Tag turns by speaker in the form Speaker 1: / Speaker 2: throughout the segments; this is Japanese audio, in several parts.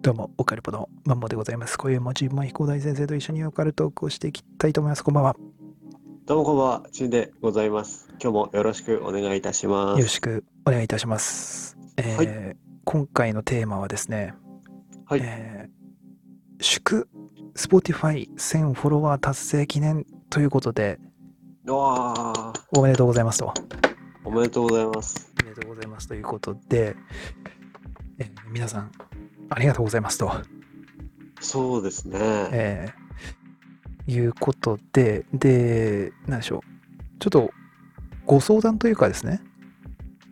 Speaker 1: どうも、オカルポのまんまでございます。こういうもちま彦大先生と一緒にオカルトークをしていきたいと思います。こんばんは。
Speaker 2: どうもこんばんは、ちんでございます。今日もよろしくお願いいたし
Speaker 1: よ
Speaker 2: ま
Speaker 1: ろ
Speaker 2: す。
Speaker 1: しくお願いいたします。えー
Speaker 2: は
Speaker 1: 今回のテーマはですね、
Speaker 2: はい
Speaker 1: えー祝、Spotify 1000フォロワー達成記念ということで、
Speaker 2: うわー、
Speaker 1: おめでとうございますと。
Speaker 2: おめでとうございます。
Speaker 1: おめでとうございますということで、えー皆さん、ありがとうございますと。
Speaker 2: そうですね。
Speaker 1: えーいうことで、で、なんでしょう、ちょっとご相談というかですね、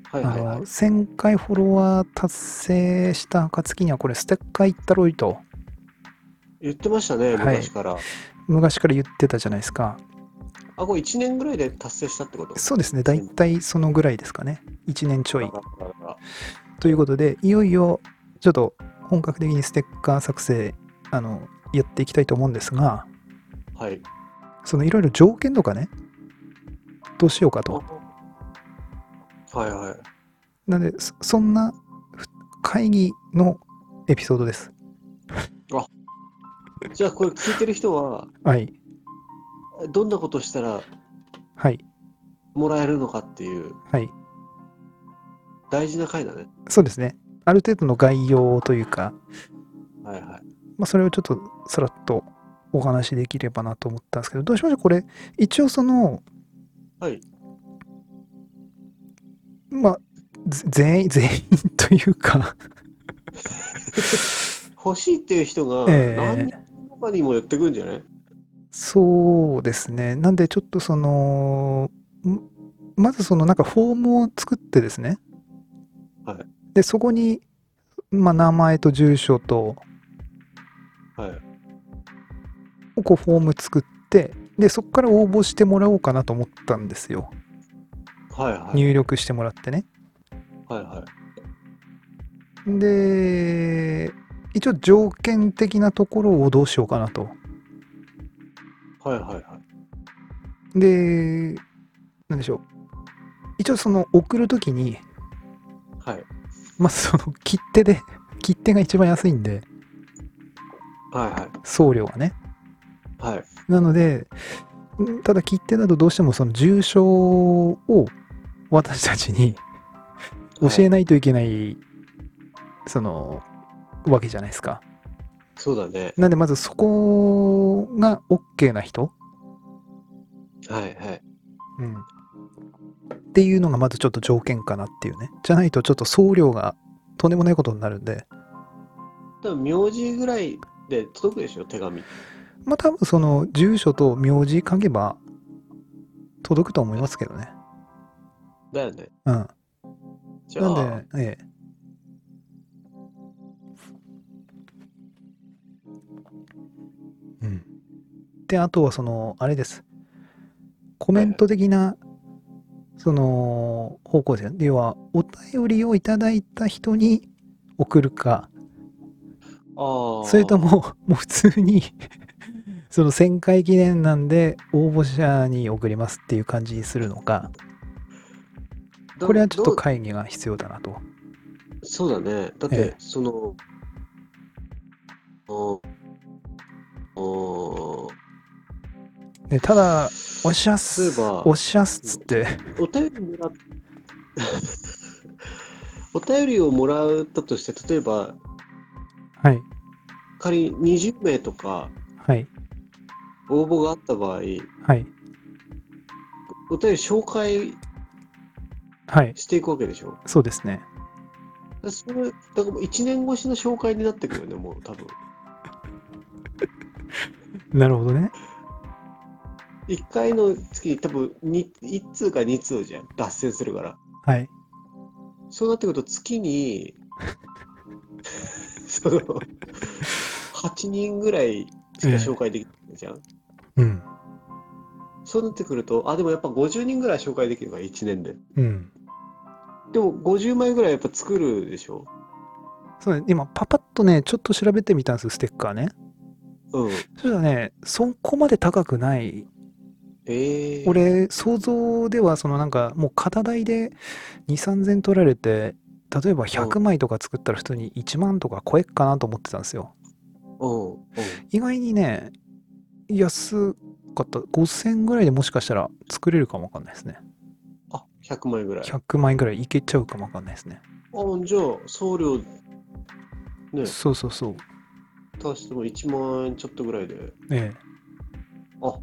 Speaker 2: はいはいは
Speaker 1: あ
Speaker 2: い
Speaker 1: の。1000回フォロワー達成した暁には、これ、ステッカーいったろいと、
Speaker 2: 言ってましたね、
Speaker 1: はい
Speaker 2: 昔から。
Speaker 1: 昔から言ってたじゃないですか、
Speaker 2: あ、これ1年ぐらいで達成したってこと
Speaker 1: そうですね、大体そのぐらいですかね、1年ちょい
Speaker 2: あ。ららら
Speaker 1: ということで、いよいよ、ちょっと本格的にステッカー作成、あの、やっていきたいと思うんですが、
Speaker 2: はい。
Speaker 1: そのいろいろ条件とかね、どうしようかと。
Speaker 2: はいはい。
Speaker 1: なんで、そそんなふ会議のエピソードです。
Speaker 2: じゃあこれ聞いてる人は、
Speaker 1: はい。
Speaker 2: どんなことしたら
Speaker 1: はい。
Speaker 2: もらえるのかっていう
Speaker 1: はい。
Speaker 2: 大事な回だね。
Speaker 1: そうですね。ある程度の概要というか、
Speaker 2: はいはい。
Speaker 1: まあ、それをちょっとさらっとお話しできればなと思ったんですけど、どうしましょうこれ、一応その、
Speaker 2: はい。
Speaker 1: まあ、ぜ 全員、全員というか、
Speaker 2: 欲しいっていう人が
Speaker 1: ええ
Speaker 2: 何人かにも寄ってくるんじゃない
Speaker 1: そうですね。なんで、ちょっとその、んまずそのなんかフォームを作ってですね。
Speaker 2: はい
Speaker 1: で、そこに、まあ、名前と住所と、
Speaker 2: はい。
Speaker 1: こうフォーム作って、で、そこから応募してもらおうかなと思ったんですよ。
Speaker 2: はいはい。
Speaker 1: 入力してもらってね。
Speaker 2: はいはい。
Speaker 1: で、一応条件的なところをどうしようかなと。
Speaker 2: はいはいはい。
Speaker 1: で、なんでしょう。一応その送るときに、
Speaker 2: はい。
Speaker 1: まあその切手で、切手が一番安いんで、
Speaker 2: はいはい。
Speaker 1: 送料がね。
Speaker 2: はい。
Speaker 1: なので、んただ切手だとどうしてもその住所を私たちに教え
Speaker 2: はい
Speaker 1: ないといけない、その、わけじゃないですか。
Speaker 2: そうだね。
Speaker 1: なんでまずそこが OK な人、
Speaker 2: はいはい。
Speaker 1: うん、っていうのがまずちょっと条件かなっていうね。じゃないとちょっと送料がとんでもないことになるんで、
Speaker 2: 多分名字ぐらいで届くでしょ、手紙。
Speaker 1: まあ多分その住所と名字書けば届くと思いますけどね。
Speaker 2: だよね。
Speaker 1: うん。
Speaker 2: じゃあ、
Speaker 1: なんで、ええ。うん。で、あとはその、あれです。コメント的な、その、方向性。要は、お便りをいただいた人に送るか、
Speaker 2: あー
Speaker 1: それと、も、 もう普通に、その1000回記念なんで、応募者に送りますっていう感じにするのか、
Speaker 2: ど
Speaker 1: これはちょっと
Speaker 2: ど
Speaker 1: 会議が必要だなと。
Speaker 2: うそうだね。だっ
Speaker 1: ええ
Speaker 2: て、その、おお
Speaker 1: でただ、おっしゃっす
Speaker 2: 例えば
Speaker 1: おっしゃっすって、
Speaker 2: お便りもらっ お便りをもらったとして、例えば、
Speaker 1: はい、
Speaker 2: 仮に20名とか
Speaker 1: はい、
Speaker 2: 応募があった場合、
Speaker 1: はい、
Speaker 2: お便り紹介
Speaker 1: はい、
Speaker 2: していくわけでしょ。
Speaker 1: そうですね。
Speaker 2: でそれだからもう1年越しの紹介になってくるよね、もう多分。
Speaker 1: なるほどね。
Speaker 2: 1回の月に多分に1通か2通じゃん、脱線するから。
Speaker 1: はい。
Speaker 2: そうなってくると月に、その、8人ぐらいしか紹介できないじゃん。
Speaker 1: うん、
Speaker 2: そうなってくると、あ、でもやっぱ50人ぐらい紹介できるから、1年で。
Speaker 1: うん。
Speaker 2: でも50枚ぐらいやっぱ作るでしょ。
Speaker 1: そうね、今、パパッとね、ちょっと調べてみたんですよ、ステッカーね。
Speaker 2: うん。
Speaker 1: そしたらね、そこまで高くない。
Speaker 2: ええー。
Speaker 1: 俺、想像では、そのなんか、もう、肩代で2、3000取られて、例えば100枚とか作ったら普通に1万とか超えっかなと思ってたんですよ。
Speaker 2: うん。うん。
Speaker 1: 意外にね、安かった。5000ぐらいでもしかしたら作れるかもわかんないですね。
Speaker 2: あ、100枚ぐらい。あ、
Speaker 1: 100枚ぐらいいけちゃうかもわかんないですね。
Speaker 2: じゃあ、送料、ね、
Speaker 1: そうそうそう。
Speaker 2: 足しても1万円ちょっとぐらいで。
Speaker 1: え
Speaker 2: あ、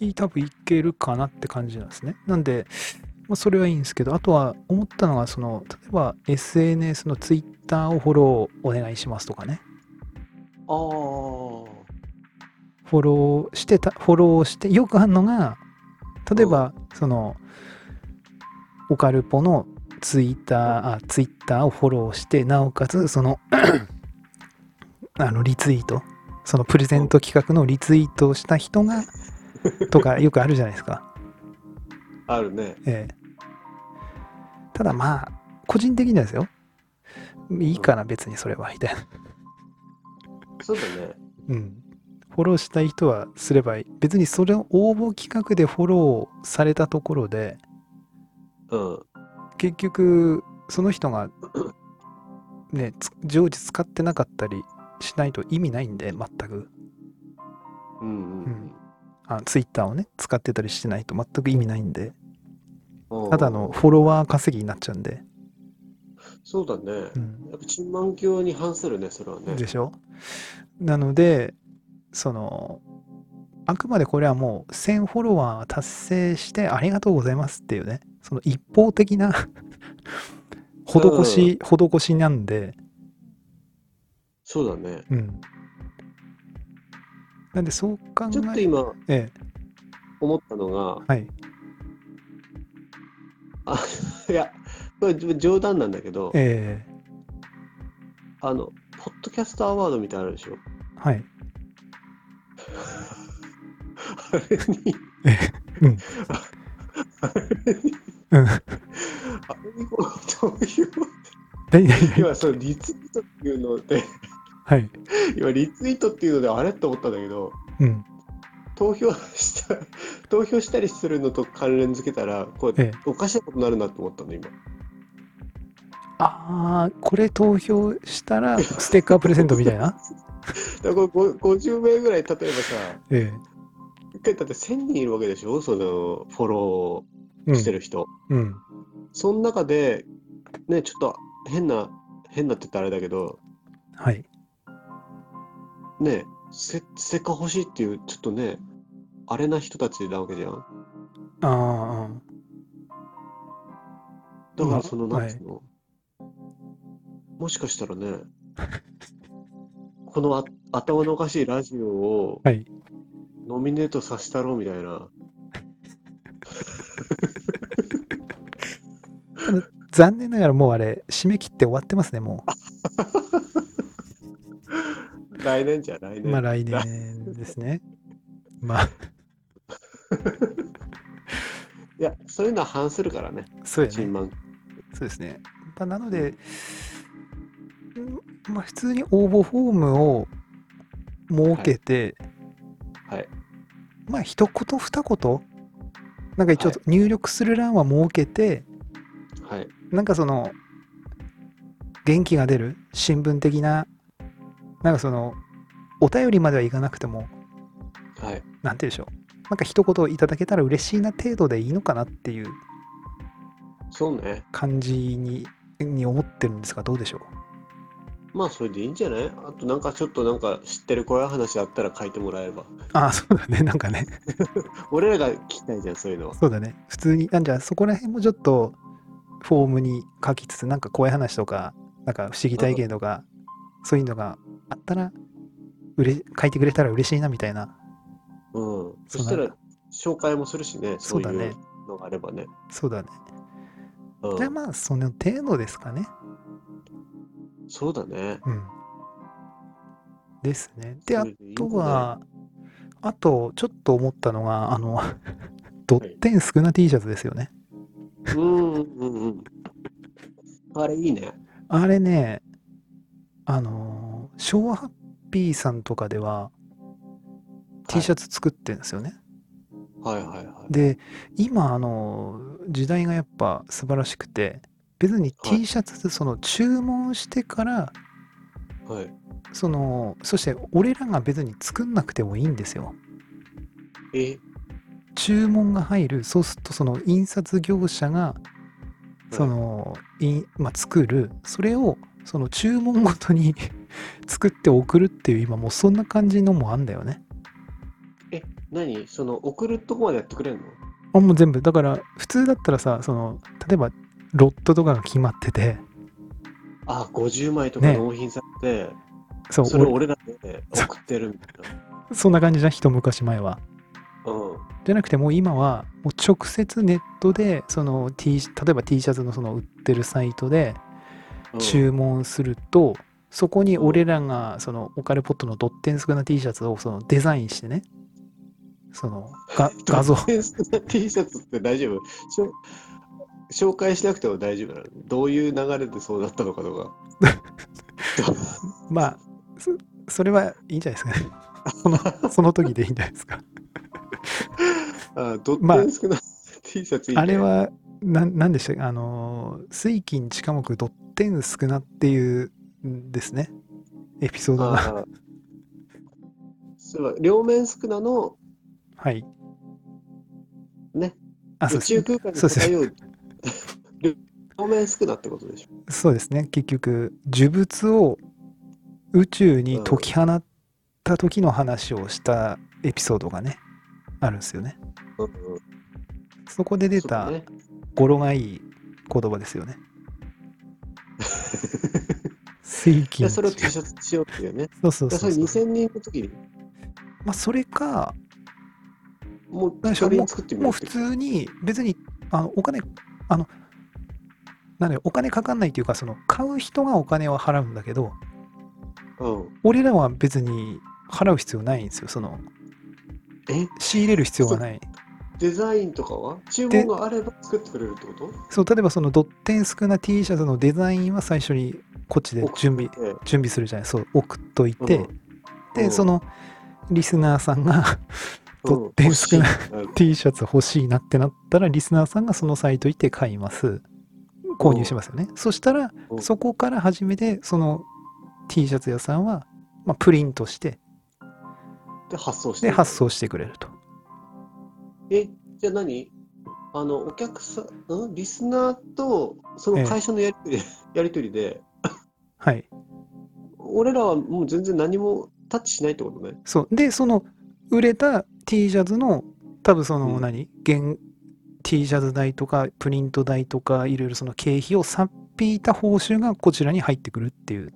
Speaker 1: え。いい多分いけるかなって感じなんですね。なんで、まあ、それはいいんですけど、あとは思ったのが、その、例えば SNS の Twitter をフォローお願いしますとかね。
Speaker 2: あー
Speaker 1: フォローしてたフォローしてよくあるのが例えばそのオカルポのツイッターあツイッターをフォローしてなおかつそのあのリツイートそのプレゼント企画のリツイートをした人がとかよくあるじゃないですか、
Speaker 2: あるね。
Speaker 1: ええただまあ個人的にはですよいいかな別にそれはみたいな
Speaker 2: そうだね。
Speaker 1: うん、フォローしたい人はすればいい別にそれを応募企画でフォローされたところで
Speaker 2: うん。
Speaker 1: 結局その人がねつ常時使ってなかったりしないと意味ないんで全く
Speaker 2: うんうん
Speaker 1: あツイッターをね使ってたりしてないと全く意味ないんで
Speaker 2: うん。うん
Speaker 1: ただの。フォロワー稼ぎになっちゃうんで、
Speaker 2: そうだね
Speaker 1: う。ん、
Speaker 2: やっぱ、チンマン教に反するね、それはね。
Speaker 1: でしょなのでそのあくまでこれはもう1000フォロワー達成してありがとうございますっていうねその一方的な 施し、施しなんで、
Speaker 2: そうだね。
Speaker 1: うん、なんでそう考
Speaker 2: ちょっと
Speaker 1: え
Speaker 2: 今
Speaker 1: ええ
Speaker 2: 思ったのが、
Speaker 1: はい
Speaker 2: あいや、これ冗談なんだけど、
Speaker 1: ええ
Speaker 2: あの、ポッドキャストアワードみたいなのあるでしょ。
Speaker 1: はい
Speaker 2: あれに、
Speaker 1: うん
Speaker 2: あれに、
Speaker 1: うん
Speaker 2: あれにこう、どういう、
Speaker 1: 何何何
Speaker 2: 今、そのリツイートっていうので、
Speaker 1: はい
Speaker 2: 今、リツイートっていうので、あれって思ったんだけど、
Speaker 1: うん
Speaker 2: 投票した、 投票したりするのと関連づけたら、こう、
Speaker 1: ええ
Speaker 2: おかしなことになるなと思ったの、今。
Speaker 1: ああこれ投票したらステッカープレゼントみたい な
Speaker 2: だからこれご50名ぐらい、例えばさ、
Speaker 1: え
Speaker 2: 一回だって1000人いるわけでしょ、その、フォロ
Speaker 1: えう
Speaker 2: ーして
Speaker 1: ん
Speaker 2: る人。
Speaker 1: うん
Speaker 2: その中で、ね、ちょっと変な、変なって言ったらあれだけど、
Speaker 1: はい
Speaker 2: ね、せせっか欲しいっていう、ちょっとね、あれな人たちなわけじゃん。
Speaker 1: ああ
Speaker 2: だか
Speaker 1: ま
Speaker 2: ら
Speaker 1: あ
Speaker 2: その、
Speaker 1: は
Speaker 2: ないんつうの、もしかしたらね、 このあ頭のおかしいラジオを
Speaker 1: はい
Speaker 2: ノミネートさせたろうみたいな。
Speaker 1: 残念ながらもうあれ締め切って終わってますねも
Speaker 2: 来年じゃ来
Speaker 1: う
Speaker 2: 年。
Speaker 1: まあ来年ですねまあ
Speaker 2: いや、そういうのは反するからね、
Speaker 1: そうや
Speaker 2: 新
Speaker 1: ね
Speaker 2: 漫。
Speaker 1: そうですね、まあ、なので、うんまあ、普通に応募フォームを設けて、
Speaker 2: はいはい
Speaker 1: まあ一言二言なんか一応
Speaker 2: はい
Speaker 1: 入力する欄は設けて、
Speaker 2: はい。
Speaker 1: なんかその元気が出る新聞的ななんかそのお便りまではいかなくてもな
Speaker 2: はい。
Speaker 1: んて言うんでしょうなんか一言いただけたら嬉しいな程度でいいのかなっていう
Speaker 2: そうね。
Speaker 1: 感じにに思ってるんですがどうでしょ
Speaker 2: まあ、それでいいんじゃないあと、なんかちょっとなんか知ってる怖い話あったら書いてもらえれば。
Speaker 1: うああそうだねなんかね
Speaker 2: 俺らが聞きたいじゃん、そういうのは。
Speaker 1: そうだね普通になんじゃそこら辺もちょっとフォームに書きつつなんか怖い話とかなんか不思議体験とかそういうのがあったらうれ書いてくれたら嬉しいなみたいな
Speaker 2: うん。
Speaker 1: そ
Speaker 2: そうした
Speaker 1: な
Speaker 2: ら、紹介もするしね、
Speaker 1: そ
Speaker 2: そうう
Speaker 1: だ
Speaker 2: い
Speaker 1: ね
Speaker 2: うのがあればね。
Speaker 1: そうだね
Speaker 2: うん
Speaker 1: じゃあまあその程度ですかね
Speaker 2: そうだね。
Speaker 1: うん。ですね。で、あ
Speaker 2: それでいいんじゃ
Speaker 1: と
Speaker 2: ない、
Speaker 1: は、あと、ちょっと思ったのが、あの、ドッテン少な T シャツですよね。
Speaker 2: うんうんうん。あれいいね。
Speaker 1: あれね、あのー、昭和ハッピーさんとかでは T シャツ作ってるんですよね。
Speaker 2: はいはいはい。
Speaker 1: で、今、あのー、時代がやっぱ素晴らしくて、別に
Speaker 2: はい
Speaker 1: T シャツその注文してから
Speaker 2: はい。
Speaker 1: そのそして俺らが別に作んなくてもいいんですよ
Speaker 2: え、
Speaker 1: 注文が入るそうするとその印刷業者がその、いまあ、作るそれをその注文ごとに 作って送るっていう今もうそんな感じのもあんだよね
Speaker 2: 何その、送るとこまでやってくれんの
Speaker 1: あもう全部だから普通だったらさその例えばロットとかが決まってて
Speaker 2: あ、50枚とか
Speaker 1: ね
Speaker 2: 納品されて、
Speaker 1: そう
Speaker 2: それ
Speaker 1: 俺
Speaker 2: 俺らで送ってるみたいな。
Speaker 1: そんな感じじゃん一昔前は
Speaker 2: うん。
Speaker 1: じゃなくてもう今はもう直接ネットでその T シ例えば T シャツのその売ってるサイトで
Speaker 2: うん
Speaker 1: 注文すると、そこに俺らがそのオカルポットのドッテンスクな T シャツをそのデザインしてねその が画像
Speaker 2: T シャツって大丈夫しょ紹介しなくても大丈夫なのどういう流れでそうなったのかとか。
Speaker 1: まあそそれはいいんじゃない ですかね そのその時でいいんじゃないですか
Speaker 2: あド
Speaker 1: まあ
Speaker 2: ッテンスクな T シャツいいね
Speaker 1: あれはなんなんでしたっけあのー水金近目ドッテンスクなっていうんですねエピソードが
Speaker 2: ああそう両面スクなの、
Speaker 1: はい
Speaker 2: ね
Speaker 1: あそうで
Speaker 2: 宇
Speaker 1: す
Speaker 2: 宙空間に漂う両面スクなってことでしょ。
Speaker 1: そうですね結局呪物を宇宙に解き放った時の話をしたエピソードがねあるんですよね
Speaker 2: うんうん
Speaker 1: そこで出
Speaker 2: そ
Speaker 1: た
Speaker 2: うね
Speaker 1: 語呂がいい言葉ですよね水金
Speaker 2: でそれを T シャツにしようっていうね。
Speaker 1: そうそう
Speaker 2: でそ
Speaker 1: そ
Speaker 2: れ
Speaker 1: うそう
Speaker 2: 2000人の時に
Speaker 1: まあそれか
Speaker 2: もう
Speaker 1: 何でしょう
Speaker 2: 仮に作ってみ
Speaker 1: も
Speaker 2: よ
Speaker 1: う
Speaker 2: うっ
Speaker 1: 普
Speaker 2: て
Speaker 1: 通に別にあのお金あのなんだよお金かかんないっていうかその買う人がお金は払うんだけど
Speaker 2: うん、
Speaker 1: 俺らは別に払う必要ないんですよその
Speaker 2: え
Speaker 1: 仕入れる必要がない
Speaker 2: デザインとかは注文があれば作ってくれるってこと
Speaker 1: そう例えばそのドッテンスクな T シャツのデザインは最初にこっちで準備
Speaker 2: 送って
Speaker 1: 準備するじゃないそう送っといて、
Speaker 2: うんう
Speaker 1: で
Speaker 2: ん
Speaker 1: そのリスナーさんが
Speaker 2: うん
Speaker 1: とっても少ない
Speaker 2: 欲しなる
Speaker 1: T シャツ欲しいなってなったらリスナーさんがそのサイト行って買います購入しますよね、そしたら
Speaker 2: うん
Speaker 1: そこから始めてその T シャツ屋さんは、まあ、プリントして
Speaker 2: で発送して
Speaker 1: で発送してくれると
Speaker 2: えじゃあ何あのお客さんんリスナーとその会社のやり取りやり取りで
Speaker 1: はい
Speaker 2: 俺らはもう全然何もタッチしないってことね
Speaker 1: そう。で、その売れた T シャツの、多分その
Speaker 2: うん
Speaker 1: 何、現 T シャツ代とか、プリント代とか、いろいろその経費をさっぴいた報酬がこちらに入ってくるっていう。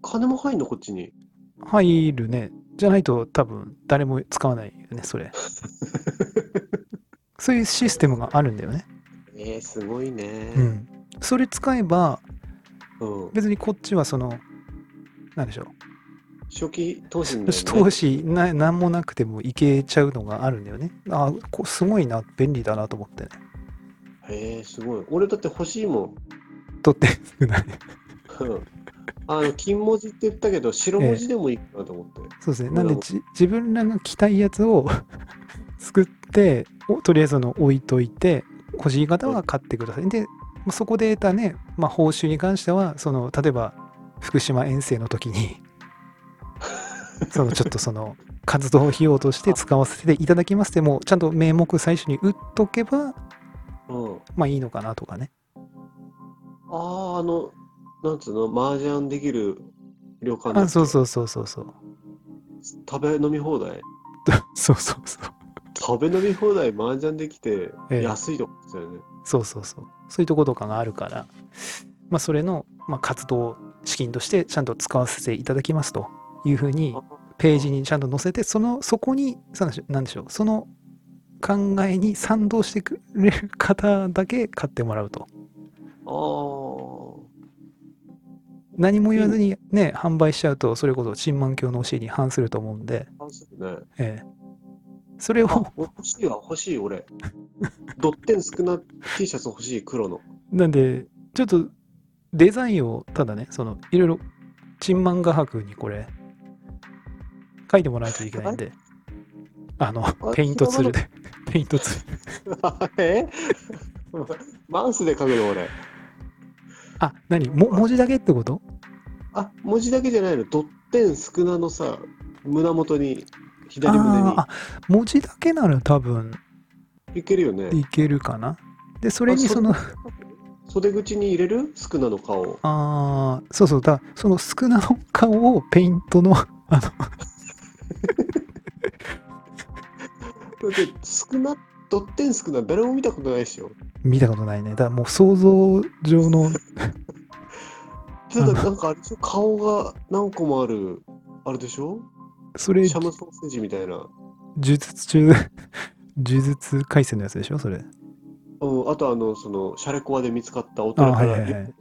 Speaker 2: 金も入んのこっちに
Speaker 1: 入るね。じゃないと多分誰も使わないよね、 それ。そういうシステムがあるんだよね。
Speaker 2: えー、すごいね
Speaker 1: うん。それ使えば、
Speaker 2: うん、
Speaker 1: 別にこっちはその、なんでしょう。
Speaker 2: 初期投資になるね
Speaker 1: 投資な何もなくてもいけちゃうのがあるんだよね。ああ、こすごいな、便利だなと思ってね。
Speaker 2: えー、すごい俺だって欲しいもん
Speaker 1: 取って少ない。
Speaker 2: うんあの金文字って言ったけど白文字でもいいかなと思って、
Speaker 1: そうですね。
Speaker 2: うん
Speaker 1: なんでじ自分らが着たいやつを 作って、おとりあえずその置いといて、欲しい方は買ってください。で、まあそこで得たね、まあ、報酬に関しては、その例えば福島遠征の時に、 そのちょっとその活動費用として使わせていただきますって、もうちゃんと名目最初に打っとけば、
Speaker 2: うん、
Speaker 1: まあいいのかなとかね。
Speaker 2: ああ、あの、なんつうの、麻雀できる旅館だっ
Speaker 1: あ
Speaker 2: け
Speaker 1: そうそうそうそうそう。
Speaker 2: 食べ飲み放題。
Speaker 1: そうそうそう。
Speaker 2: 食べ飲み放題、麻雀できて、
Speaker 1: ええ
Speaker 2: 安いとこですよね。
Speaker 1: そうそうそう。そういうとことかがあるから、まあ、それの、まあ、活動資金としてちゃんと使わせていただきますというふうに
Speaker 2: あ、
Speaker 1: ページにちゃんと載せて、その、そこに、そのなんでしょう、その考えに賛同してくれる方だけ買ってもらうと。
Speaker 2: あー
Speaker 1: 何も言わずにね、販売しちゃうと、それこそ、新満教の教えに反すると思うんで、
Speaker 2: あ、そうね。
Speaker 1: ええそれを
Speaker 2: あ、、俺欲しいわ、欲しい、俺。ドッテン少な T シャツ欲しい、黒の。
Speaker 1: なんで、ちょっとデザインを、ただね、その、いろいろ、チンマン画伯にこれ、書いてもらわないといけないんで、あの、
Speaker 2: れ
Speaker 1: ペイントツールで、ペイントツール、
Speaker 2: え マウスで書くの、俺。
Speaker 1: あ、何も文字だけってこと
Speaker 2: あ、文字だけじゃないの。ドッテン少なのさ、胸元に、左胸
Speaker 1: あ
Speaker 2: に
Speaker 1: ーあ、文字だけなら多分
Speaker 2: いけるよね。
Speaker 1: いけるかな。で、それに
Speaker 2: あ
Speaker 1: その、
Speaker 2: 袖口に入れる少なの顔。
Speaker 1: ああ、そうそう、だからその少なの顔をペイントの、あの、
Speaker 2: だって少な、ドッテン少な、誰も見たことないですよ。
Speaker 1: 見たことないね。だからもう想像上の、
Speaker 2: ただ、なんかあれでしょ、顔が何個もある、あれでしょ
Speaker 1: そ
Speaker 2: シ
Speaker 1: れ、
Speaker 2: ャムソーセージみたいな。
Speaker 1: 呪術中、呪術回戦のやつでしょそれ。
Speaker 2: うん、あとあの、その、シャレコアで見つかったお寺
Speaker 1: あは
Speaker 2: か
Speaker 1: い
Speaker 2: ら、
Speaker 1: はいはい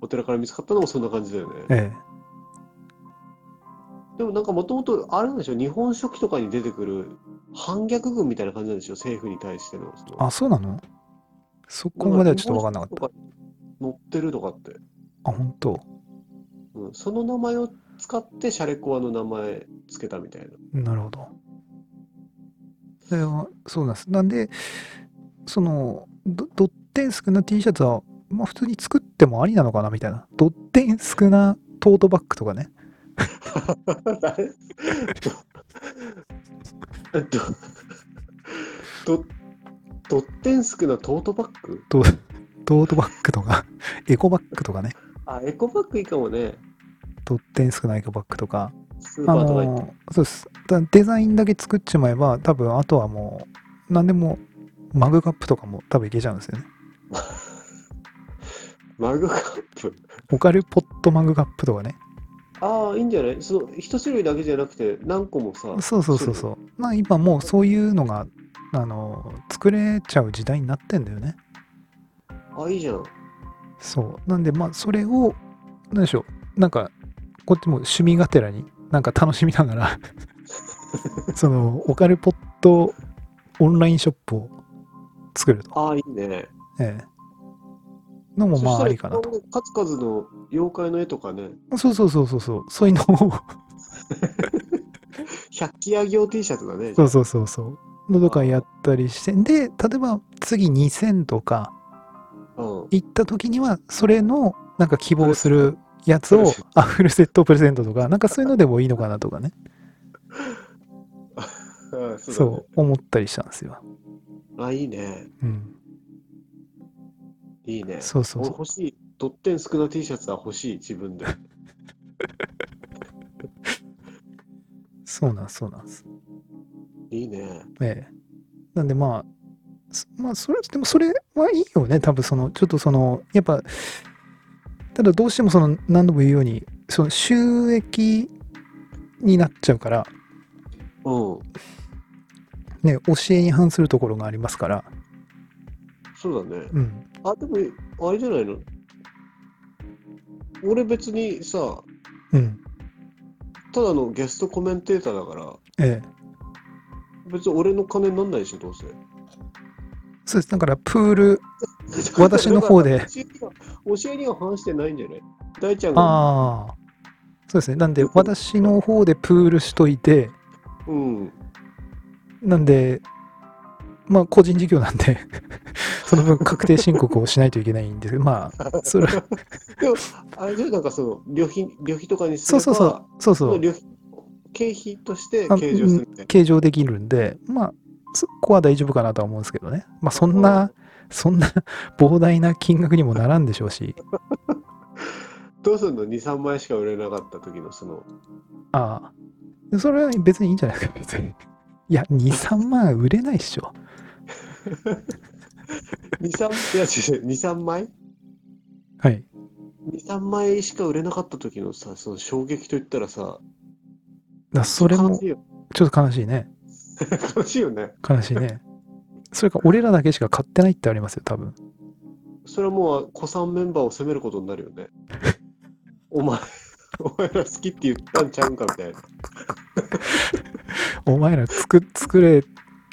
Speaker 2: お寺から見つかったのもそんな感じだよね。
Speaker 1: ええ。
Speaker 2: でもなんかもともと、あれなんでしょ、日本書紀とかに出てくる反逆軍みたいな感じなんでしょ、政府に対しての。その
Speaker 1: あ、そうなのそこまではちょっとわかんなかった。
Speaker 2: た。乗ってるとかって、
Speaker 1: あ、本当。
Speaker 2: うん。その名前を使って、シャレコアの名前つけたみたいな。
Speaker 1: なるほど。それはそうなんです。なんで、その、ドドッテンスクな T シャツは、まあ普通に作ってもありなのかなみたいな。ドッテンスクなトートバッグとかね。
Speaker 2: えっと、ど、どってんすくなトートバッグ
Speaker 1: トトートバッグとか、 エコバッグとかね。
Speaker 2: あ、エコバッグいいかもね。
Speaker 1: ドッテンスクなエコバッグとか。
Speaker 2: スー
Speaker 1: あ
Speaker 2: パーとか行っ
Speaker 1: のーそうです。だデザインだけ作っちまえば、多分あとはもう、何でも、マグカップとかも多分いけちゃうんですよね。
Speaker 2: マグカップ。
Speaker 1: オカルポットマグカップとかね。
Speaker 2: ああ、いいんじゃないその、一種類だけじゃなくて、何個もさ、
Speaker 1: そうそうそうそう。まあ今もうそういうのが、あの、作れちゃう時代になってんだよね。
Speaker 2: あ、いいじゃん。
Speaker 1: そう。なんでまあそれを、なんでしょう。なんか、こっちも趣味がてらに、なんか楽しみなが ら、その、オカルポットオンラインショップを作ると。
Speaker 2: ああ、いいね。
Speaker 1: ええ。のも
Speaker 2: そ
Speaker 1: ま
Speaker 2: し
Speaker 1: あ
Speaker 2: た
Speaker 1: あ
Speaker 2: ら
Speaker 1: りかなと。
Speaker 2: いっぱい数々の妖怪の絵とかね、
Speaker 1: そうそうそうそうそう。 そういうのを、
Speaker 2: 百鬼夜行 T シャツだね。
Speaker 1: そうそうそうそう。のとかやったりして。で、例えば次2000とか、
Speaker 2: うん。
Speaker 1: 行った時にはそれのなんか希望するやつ
Speaker 2: フル
Speaker 1: を
Speaker 2: セット
Speaker 1: あフルセットプレゼントとかなんかそういうのでもいいのかなとかね
Speaker 2: ああそうだね
Speaker 1: そう思ったりしたんですよ、
Speaker 2: あ、いいね。
Speaker 1: うん、
Speaker 2: いいね。
Speaker 1: そうそう
Speaker 2: 俺
Speaker 1: そう
Speaker 2: 欲しい。ドッテン少な T シャツは欲しい、自分で。
Speaker 1: そうなんですそうなんです
Speaker 2: いいね。
Speaker 1: ええなんでまあそまあそれでもそれはいいよね多分そのちょっとそのやっぱただどうしてもその何度も言うようにその収益になっちゃうから
Speaker 2: うん。
Speaker 1: ね教えに反するところがありますから
Speaker 2: そうだね。
Speaker 1: うん
Speaker 2: あ、でも、あれじゃないの俺別にさ、
Speaker 1: うん
Speaker 2: ただのゲストコメンテーターだから、
Speaker 1: ええ
Speaker 2: 別に俺の金になんないでしょ、どうせ。
Speaker 1: そうですだからプール私の方で
Speaker 2: だから教えには反してないんじゃない大ちゃんが、
Speaker 1: ああ。そうですね。なんで、私の方でプールしといて、
Speaker 2: うん。
Speaker 1: なんで、まあ、個人事業なんで、 その分確定申告をしないといけないんですけど、まあ、そ れは、
Speaker 2: でも、あれじゃなんかその、旅費、旅費とかにす
Speaker 1: そう
Speaker 2: れ
Speaker 1: そ
Speaker 2: ば、
Speaker 1: うそう、そう
Speaker 2: そ
Speaker 1: そ
Speaker 2: の
Speaker 1: う、
Speaker 2: 旅費、経費として
Speaker 1: あ
Speaker 2: 計上するみたい
Speaker 1: 計上できるんで、まあ、そこは大丈夫かなとは思うんですけどね。まあ、そんな、そんな 膨大な金額にもならんでしょうし、
Speaker 2: な。どうすんの ?2、3枚しか売れなかった時の、その、
Speaker 1: ああ。でそれは別にいいんじゃないですか、別に。いや、2、3万売れないっしょ。
Speaker 2: 2、3、いや違う違う、2、3枚
Speaker 1: はい。
Speaker 2: 23枚しか売れなかった時のさその衝撃といったらさ
Speaker 1: だそれ
Speaker 2: 悲
Speaker 1: も
Speaker 2: し、いよ
Speaker 1: ちょっと悲しいね。
Speaker 2: 悲しいよね
Speaker 1: 悲しいね。それか、俺らだけしか買ってないってありますよ、多分。
Speaker 2: それはもう子さんメンバーを責めることになるよねお前お前ら好きって言ったんちゃうんかみたいな
Speaker 1: お前ら作、作れ、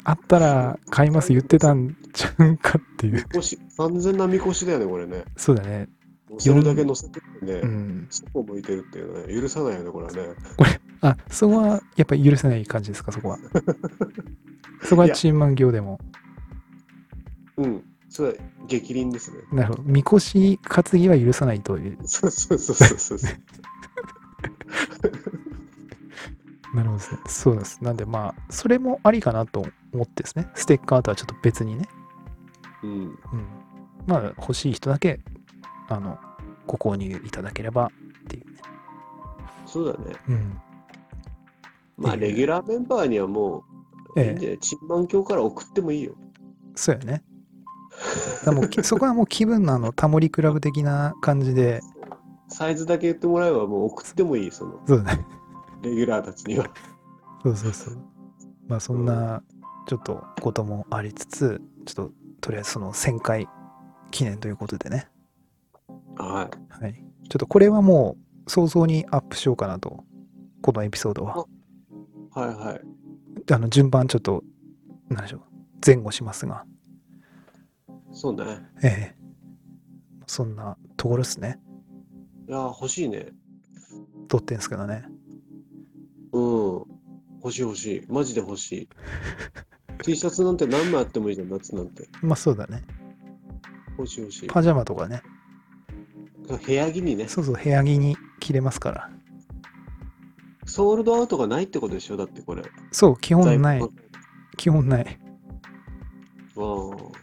Speaker 1: あったら買います言ってたんちゃうんかっていう。
Speaker 2: みこし完全なみこしだよねこれね
Speaker 1: そうだね。
Speaker 2: それだけ乗せてね、
Speaker 1: うん。
Speaker 2: そこ向いてるっていうのは許さないよねこれはね
Speaker 1: あ、そこは、やっぱ許せない感じですか、そこは。そこはチーマン業でも。
Speaker 2: うんそれは逆鱗ですね。
Speaker 1: なるほど。みこし担ぎは許さないという。
Speaker 2: そうそうそうそうそう。
Speaker 1: なるほどですね。そうです。なんでまあ、それもありかなと思ってですね。ステッカーとはちょっと別にね。
Speaker 2: うん。
Speaker 1: うん。まあ、欲しい人だけ、あの、ご購入いただければっていうね。
Speaker 2: そうだね。
Speaker 1: うん。
Speaker 2: まあ、
Speaker 1: っていう
Speaker 2: レギュラーメンバーにはもう、いい
Speaker 1: え
Speaker 2: ん
Speaker 1: え、
Speaker 2: じゃないチンマン教から送ってもいいよ。
Speaker 1: そうよね。だからもうきそこはもう気分のあの、タモリクラブ的な感じで、
Speaker 2: サイズだけ言ってもらえばもう送ってもいい、その
Speaker 1: そうだね。
Speaker 2: レギュラーたちには。
Speaker 1: そうそうそう。まあ、そんな、ちょっとこともありつつ、ちょっと、とりあえずその1000回記念ということでね。
Speaker 2: は
Speaker 1: はい。ちょっとこれはもう早々にアップしようかなと。このエピソードは。
Speaker 2: い。はいはい。
Speaker 1: あの、順番ちょっと、なんでしょう。前後しますが。
Speaker 2: そうね。
Speaker 1: ええそんなところですね。
Speaker 2: いやー、欲しいね。
Speaker 1: 撮ってんすけどね。
Speaker 2: うん。欲しい欲しい。マジで欲し い。T シャツなんて何枚あってもいいじゃん、夏なんて。
Speaker 1: まあそうだね。
Speaker 2: 欲しい欲しい。
Speaker 1: パジャマとかね。
Speaker 2: 部屋着にね。
Speaker 1: そうそう、部屋着に着れますから。
Speaker 2: ソールドアウトがないってことでしょだってこれ。
Speaker 1: そう、基本ない
Speaker 2: 在。
Speaker 1: 基本ない。
Speaker 2: 庫ああ。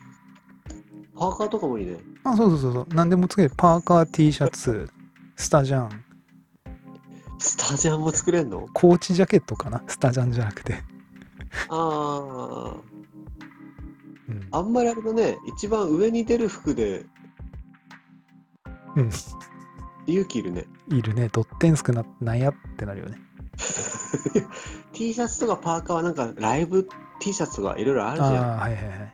Speaker 2: パーカーとかもいいね。
Speaker 1: あ、そうそうそうそう。何でもつける。パーカー、T シャツ、スタジャン、
Speaker 2: スタジアムも作れんの
Speaker 1: コーチジャケットかな。スタジャンじゃなくて。
Speaker 2: あ
Speaker 1: うん
Speaker 2: あ。あんまりあれだね。一番上に出る服で
Speaker 1: うん。
Speaker 2: 勇気いるね。
Speaker 1: いるね。ドッテンスクな、なんやってなるよね。
Speaker 2: T シャツとかパーカーはなんかライブ T シャツとかいろいろあるじゃん。だか
Speaker 1: ああー、はいはいはい。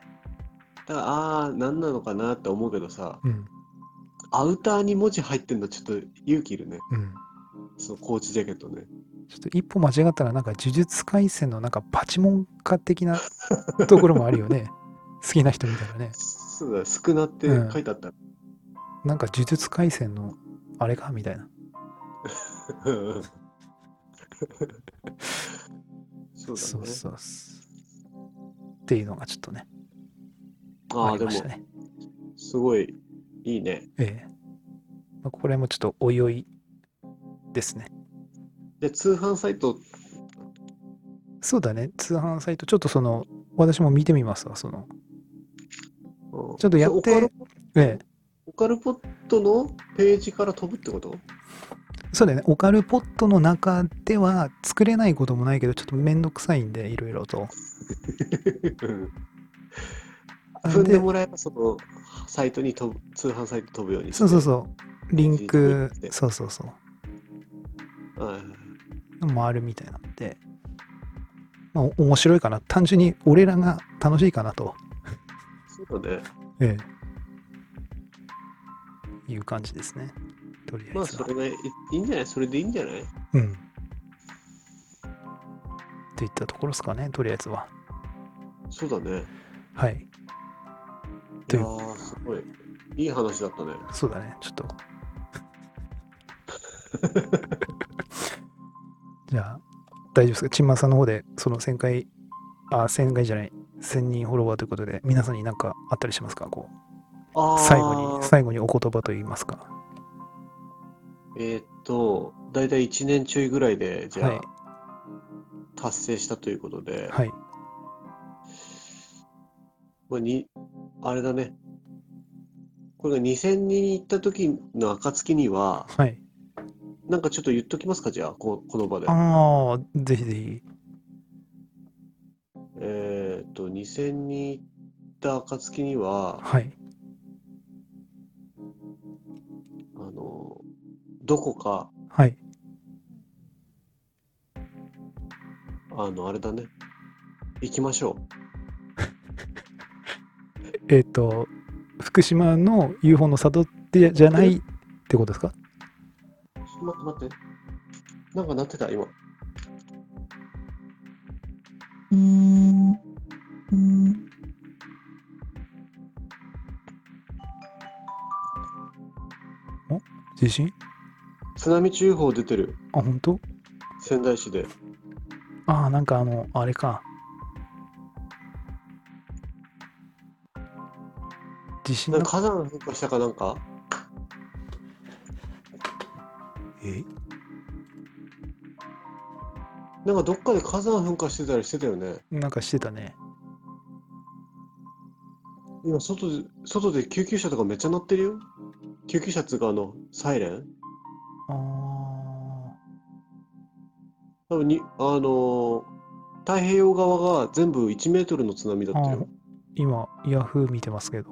Speaker 2: らああー、なんなのかなって思うけどさ、
Speaker 1: うん。
Speaker 2: アウターに文字入ってんのちょっと勇気いるね。
Speaker 1: うん。
Speaker 2: そのコーチジャケットね。
Speaker 1: ちょっと一歩間違ったら、なんか呪術廻戦のなんかパチモン化的 なところもあるよね。好きな人見たらね。
Speaker 2: そうだ、少なって書いてあった。
Speaker 1: なんか呪術廻戦のあれかみたいな。
Speaker 2: そうだ
Speaker 1: そう
Speaker 2: ね。
Speaker 1: そうそう。っていうのがちょっとね、
Speaker 2: あ
Speaker 1: あ
Speaker 2: あ、
Speaker 1: り
Speaker 2: で
Speaker 1: ま
Speaker 2: も
Speaker 1: した、ね。
Speaker 2: すごいいいね。
Speaker 1: ええまあこれもちょっとおいおいですね。
Speaker 2: で、通販サイト、
Speaker 1: そうだね、通販サイト、ちょっとその、私も見てみますわ、その。
Speaker 2: うん
Speaker 1: ちょっとやっ
Speaker 2: それオ
Speaker 1: て
Speaker 2: カル、
Speaker 1: ええ、
Speaker 2: オカルポットのページから飛ぶっ てこと
Speaker 1: そうだよね、オカルポットの中では作れないこともないけど、ちょっとめんどくさいんで、いろいろと。
Speaker 2: 踏んでもらえば、そのサイトに飛ぶ、通販サイト飛ぶようにして
Speaker 1: そうそうそう。リンク
Speaker 2: ページに飛ん、で
Speaker 1: そうそうそう。
Speaker 2: はいはい
Speaker 1: もあるみたいなんで、まあ、お面白いかな。単純に俺らが楽しいかなと、
Speaker 2: そうだね。
Speaker 1: ええ、いう感じですね。とりあ
Speaker 2: ま
Speaker 1: え
Speaker 2: あ、
Speaker 1: ず
Speaker 2: そ
Speaker 1: は。
Speaker 2: れがいいいんじゃないそれでいいんじゃない
Speaker 1: うん。っていったところですかね、とりあえずは。
Speaker 2: そうだね。
Speaker 1: はい。
Speaker 2: い
Speaker 1: とい
Speaker 2: や
Speaker 1: う
Speaker 2: ーすごい。いい話だったね。
Speaker 1: そうだね、ちょ っと。じゃあ、大丈夫ですか、ちんまさんの方で、その1000回、あ、1000回じゃない、1000人フォロワーということで、皆さんに何かあったりしますかこう
Speaker 2: あー
Speaker 1: 最後に、最後にお言葉といいますか。
Speaker 2: えーっと、だいたい1年ちょいぐらいで、じゃあ、
Speaker 1: はい
Speaker 2: 達成したということで、
Speaker 1: はい。
Speaker 2: まあ、にあれだね。これが2000人行った時の暁には、
Speaker 1: はい。
Speaker 2: なんかちょっと言っときますか、じゃあ、ここの場で。
Speaker 1: ああ、ぜひぜひ。
Speaker 2: えーっと、2000人行った暁には、
Speaker 1: はい。
Speaker 2: あの、どこか、
Speaker 1: はい。
Speaker 2: あの、あれだね。行きましょ
Speaker 1: えっ、と、福島の UFO の里でじゃないってことですか
Speaker 2: う。ちょっと待って待って。なんか鳴ってた、今。
Speaker 1: 地震
Speaker 2: 津波注意報出てる、
Speaker 1: あ、本当
Speaker 2: 仙台市で。
Speaker 1: ああ、なんかあの、あれか。地震
Speaker 2: な
Speaker 1: なんん
Speaker 2: か
Speaker 1: か、
Speaker 2: 火山噴火したかなんか
Speaker 1: え
Speaker 2: なんかどっかで火山噴火してたりしてたよね。
Speaker 1: なんかしてたね。
Speaker 2: 今外で、外で救急車とかめっちゃ鳴ってるよ。救急車っつうかあの、サイレン
Speaker 1: あ
Speaker 2: 多分に、あのー太平洋側が全部1メートルの津波だ
Speaker 1: ー
Speaker 2: った
Speaker 1: あ
Speaker 2: よ。
Speaker 1: 今、ヤフー見てますけど。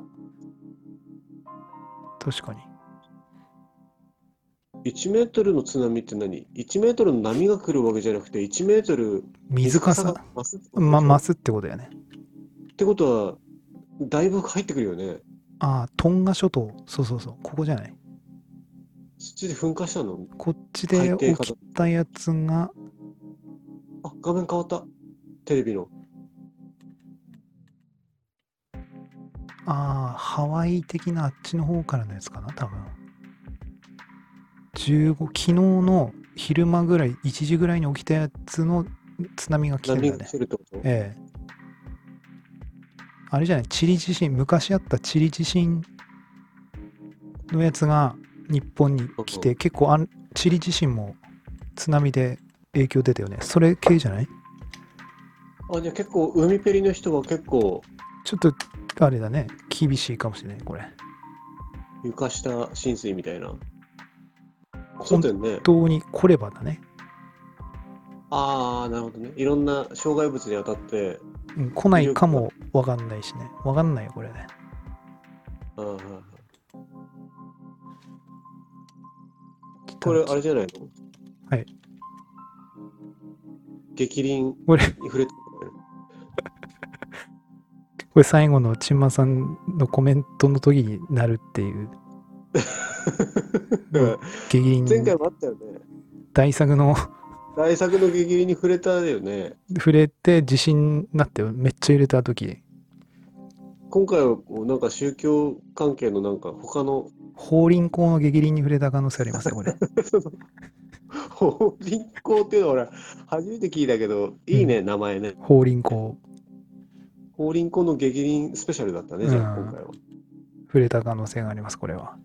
Speaker 1: 確かに。
Speaker 2: 1メートルの津波って何 ?1 メートルの波が来るわけじゃなくて、1メートル
Speaker 1: 水かさ
Speaker 2: が、増すってことでしょ
Speaker 1: ま、増すってことだよね。
Speaker 2: ってことは、だいぶ入ってくるよね。
Speaker 1: ああ、トンガ諸島。そうそうそう。ここじゃない。
Speaker 2: そっちで噴火したの
Speaker 1: こっち
Speaker 2: 海
Speaker 1: で
Speaker 2: 底
Speaker 1: 起
Speaker 2: 火
Speaker 1: き
Speaker 2: 山。
Speaker 1: たやつが、
Speaker 2: あ、画面変わった。テレビの。
Speaker 1: ああ、ハワイ的なあっちの方からのやつかな、多分。15、昨日の昼間ぐらい、1時ぐらいに起きたやつの津波が来てるん
Speaker 2: 波
Speaker 1: だ
Speaker 2: が
Speaker 1: ね
Speaker 2: 来。てるってこと
Speaker 1: ええ。あれじゃない、チリ地震、昔あったチリ地震のやつが日本に来
Speaker 2: う
Speaker 1: て、結構あん、チリ地震も津波で影響出たよね。それ系じゃない
Speaker 2: あ、じゃあ結構、海ペリの人は結構、
Speaker 1: ちょっと、あれだね、厳しいかもしれない、これ。
Speaker 2: 床下浸水みたいな。そうだよね。
Speaker 1: 本当に来ればだね。
Speaker 2: ああ、なるほどね。いろんな障害物に当たって、
Speaker 1: うん、来ないかもわかんないしね。わかんないよ、これね。
Speaker 2: あーこれ、あれじゃないの
Speaker 1: はい。
Speaker 2: 激鱗
Speaker 1: これ
Speaker 2: に 触れてる
Speaker 1: これ最後のちんまさんのコメントの時になるっていう、
Speaker 2: だよね。
Speaker 1: 激
Speaker 2: 前回
Speaker 1: 鱗
Speaker 2: もあったよね。
Speaker 1: 大作の
Speaker 2: 大作の激鱗に触れたよね。
Speaker 1: 触れて地震になってめっちゃ揺れた時、
Speaker 2: 今回はこうなんか宗教関係のなんか他の
Speaker 1: 法輪功の激鱗に触れた可能性ありますよ、これ。
Speaker 2: 法輪功っていうのは俺初めて聞いたけどいいね、名前ね
Speaker 1: 法輪功
Speaker 2: 法輪功の激鱗スペシャルだったねじゃあ
Speaker 1: うん
Speaker 2: 今回は
Speaker 1: 触れた可能性があります、これは。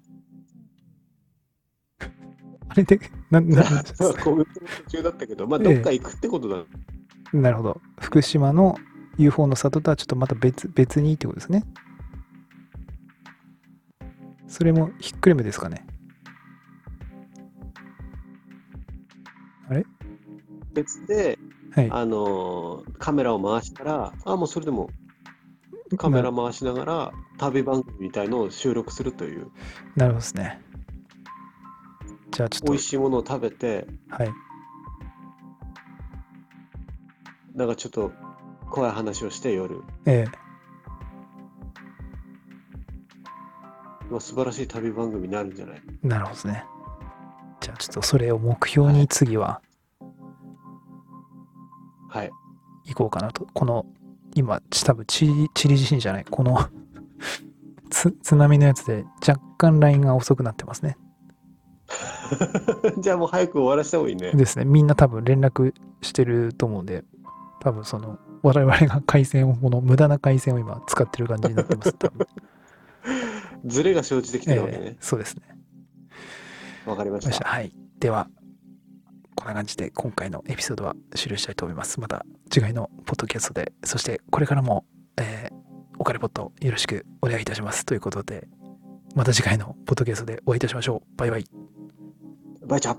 Speaker 1: あれで、な、な、
Speaker 2: コメントの途中だったけどまあどっか行くってことだ、
Speaker 1: なるほど。福島の UFO の里とはちょっとまた別別にってことですね。それもひっくるめですかね。
Speaker 2: 別で
Speaker 1: はい。
Speaker 2: あのーカメラを回したらあもうそれでもカメラ回しながら旅番組みたいのを収録するという
Speaker 1: ななるほどですね。じゃあち
Speaker 2: 美
Speaker 1: ょっ
Speaker 2: 味しいものを食べて
Speaker 1: と、はい。
Speaker 2: なんかちょっと怖い話をして夜
Speaker 1: ええ
Speaker 2: まあ素晴らしい旅番組になるんじゃない
Speaker 1: なるほどですね。じゃあちょっとそれを目標に次は
Speaker 2: はい
Speaker 1: 行こうかなと。この、今、ち多分チリ、チリ地震じゃない。この つ、津波のやつで若干ラインが遅くなってますね。
Speaker 2: じゃあもう早く終わらせた方がいいね。
Speaker 1: ですね、みんな多分連絡してると思うんで、多分その、我々が回線を、この無駄な回線を今使ってる感じになってます。多分
Speaker 2: ズレが生じてきてるわけね
Speaker 1: え。えそうですね。
Speaker 2: わ、かりま
Speaker 1: わかりま
Speaker 2: し
Speaker 1: した
Speaker 2: た。
Speaker 1: はい。では、こんな感じで今回のエピソードは終了したいと思います。また次回のポッドキャストで、そしてこれからも、えー、オカルポットよろしくお願いいたします。ということで、また次回のポッドキャストでお会いいたしましょう。バイバイ。
Speaker 2: バイチャ